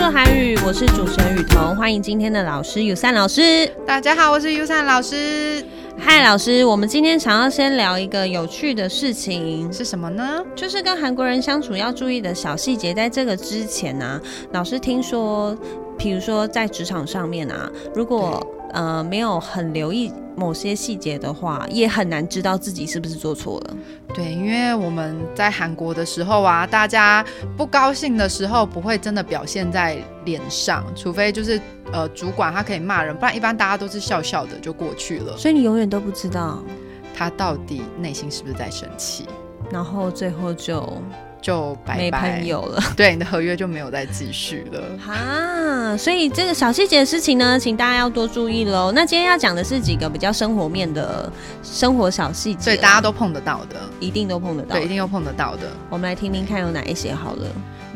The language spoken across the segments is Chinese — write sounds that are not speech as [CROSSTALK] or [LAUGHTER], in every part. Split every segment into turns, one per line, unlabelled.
乐韩语，我是主持人雨桐，欢迎今天的老师友善老师。
大家好，我是 U 善老师，
嗨，老师，我们今天想要先聊一个有趣的事情，
是什么呢？
就是跟韩国人相处要注意的小细节。在这个之前呢、啊老师听说，比如说在职场上面啊，如果呃没有很留意某些细节的话，也很难知道自己是不是做错了。
对，因为我们在韩国的时候啊，大家不高兴的时候不会真的表现在脸上，除非就是呃主管他可以骂人，不然一般大家都是笑笑的就过去了。
所以你永远都不知道，
他到底内心是不是在生气？
然后最后就
就拜
没
拜，
朋友了。
[LAUGHS] 对你的合约就没有再继续了。
啊，所以这个小细节的事情呢，请大家要多注意喽。那今天要讲的是几个比较生活面的生活小细节，啊
所以大家都碰得到的，
一定都碰得到
对，一。定又碰得到的。
我们来听听看有哪一些好了。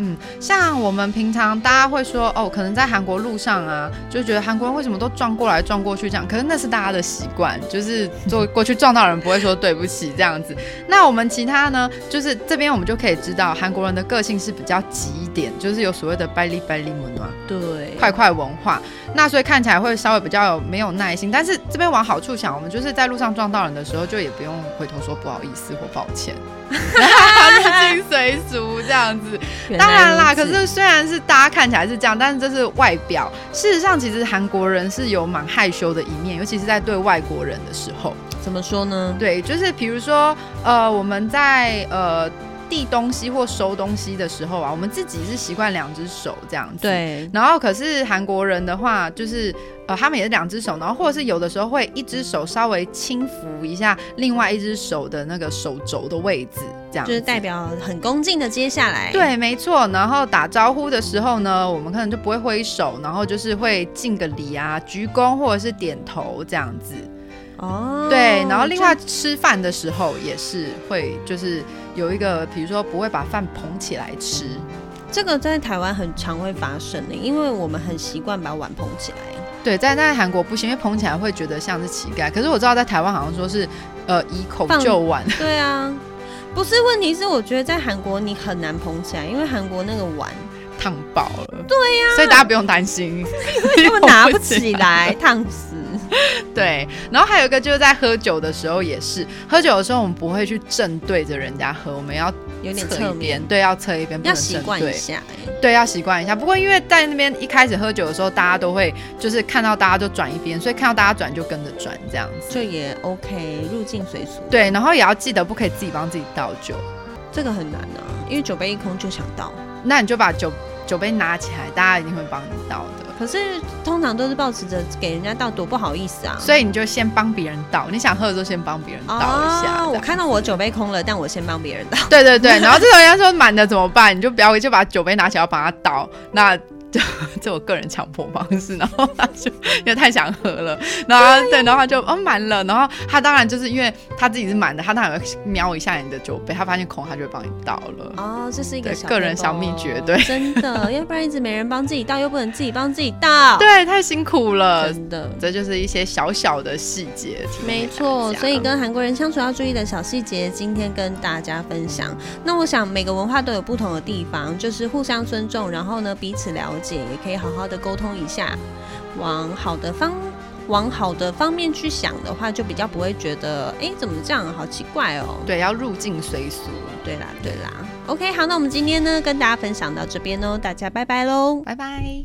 嗯，像我们平常大家会说哦，可能在韩国路上啊，就觉得韩国人为什么都撞过来撞过去这样，可是那是大家的习惯，就是坐过去撞到人不会说对不起这样子。那我们其他呢，就是这边我们就可以知道韩国人的个性是比较急一点，就是有所谓的拜利拜利文化，
对，
快快文化，那所以看起来会稍微比较有没有耐心。但是这边往好处想，我们就是在路上撞到人的时候，就也不用回头说不好意思或抱歉， [LAUGHS] 入境随俗这样子。
原来
当然啦，
如
可
此
是虽然是大家看起来是这样，但是这是外表。事实上，其实韩国人是有蛮害羞的一面，尤其是在对外国人的时候。
怎么说呢？
对，就是比如说，呃，我们在呃递东西或收东西的时候啊，我们自己是习惯两只手这样子。。
对，
然后可是韩国人的话，就是呃，他们也是两只手，然后或者是有的时候会一只手稍微轻抚一下另外一只手的那个手肘的位置，这样
就是
子
代表很恭敬的接下来。，
对，没错。然后打招呼的时候呢，我们可能就不会挥手，然后就是会敬个礼啊、鞠躬或者是点头这样子。
哦，
对，然后另
就
外吃饭的时候也是会，就是有一个，比如说不会把饭捧起来吃。
这个在台湾很常会发生的，因为我们很习惯把碗捧起来。
[LAUGHS] 对，在在韩国不行，因为捧起来会觉得像是乞丐。可是我知道在台湾好像说是，呃，以口
放
就碗。 [LAUGHS]
对啊，不是问题是，我觉得在韩国你很难捧起来，因为韩国那个碗。
烫饱了，对呀、所以大家不用担心，
[LAUGHS] 他们拿不起来，烫死。
对，然后还有一个就是在喝酒的时候也是，喝酒的时候我们不会去正对着人家喝，我们要
有点侧
侧一
面
边，，对，要侧一边，不
要
能
习
正
惯一
对，
下。
对，要习惯一下。不过因为在那边一开始喝酒的时候，大家都会就是看到大家就转一边，所以看到大家转就跟着转这样子。
这也 OK，入境随俗。，
对，然后也要记得不可以自己帮自己倒酒，
这个很难啊，因为酒杯一空就想到，
那你就把酒酒杯拿起来，大家一定会帮你倒的。
可是通常都是保持着给人家倒，多不好意思啊。
所以你就先帮别人倒，你想喝的时候先帮别人倒一下。
啊
这
我
样
看到我酒杯空了，但我先帮别人倒。
对对对，然后这时候人家说满了怎么办？你就不要就把酒杯拿起来帮他倒，那就这我个人强迫方式。然后他就因为太想喝了，然后对，然后他就哦满了，然后他当然就是因为他自己是满的，他当然会瞄一下你的酒杯，他发现空，他就会帮你倒了。
哦，这是一个
[LAUGHS] 对
小
个人
paper
小秘诀对
哦真
[LAUGHS]
的，要不然一直没人帮自己倒，又不能自己帮自己倒。，
对，太辛苦了。
真的。
这 [LAUGHS] 就是一些小小的细节，提醒
没错，
大家
所以跟韩国人相处要注意的小细节，今天跟大家分享。那我想每个文化都有不同的地方，就是互相尊重，然后呢彼此了解，也可以好好的沟通一下，往好的方。往好的方面去想的话，就比较不会觉得，哎，怎么这样，好奇怪哦。
对要入境随俗。
对啦，对啦。OK，好，那我们今天呢跟大家分享到这边哦，大家拜拜喽。
拜拜。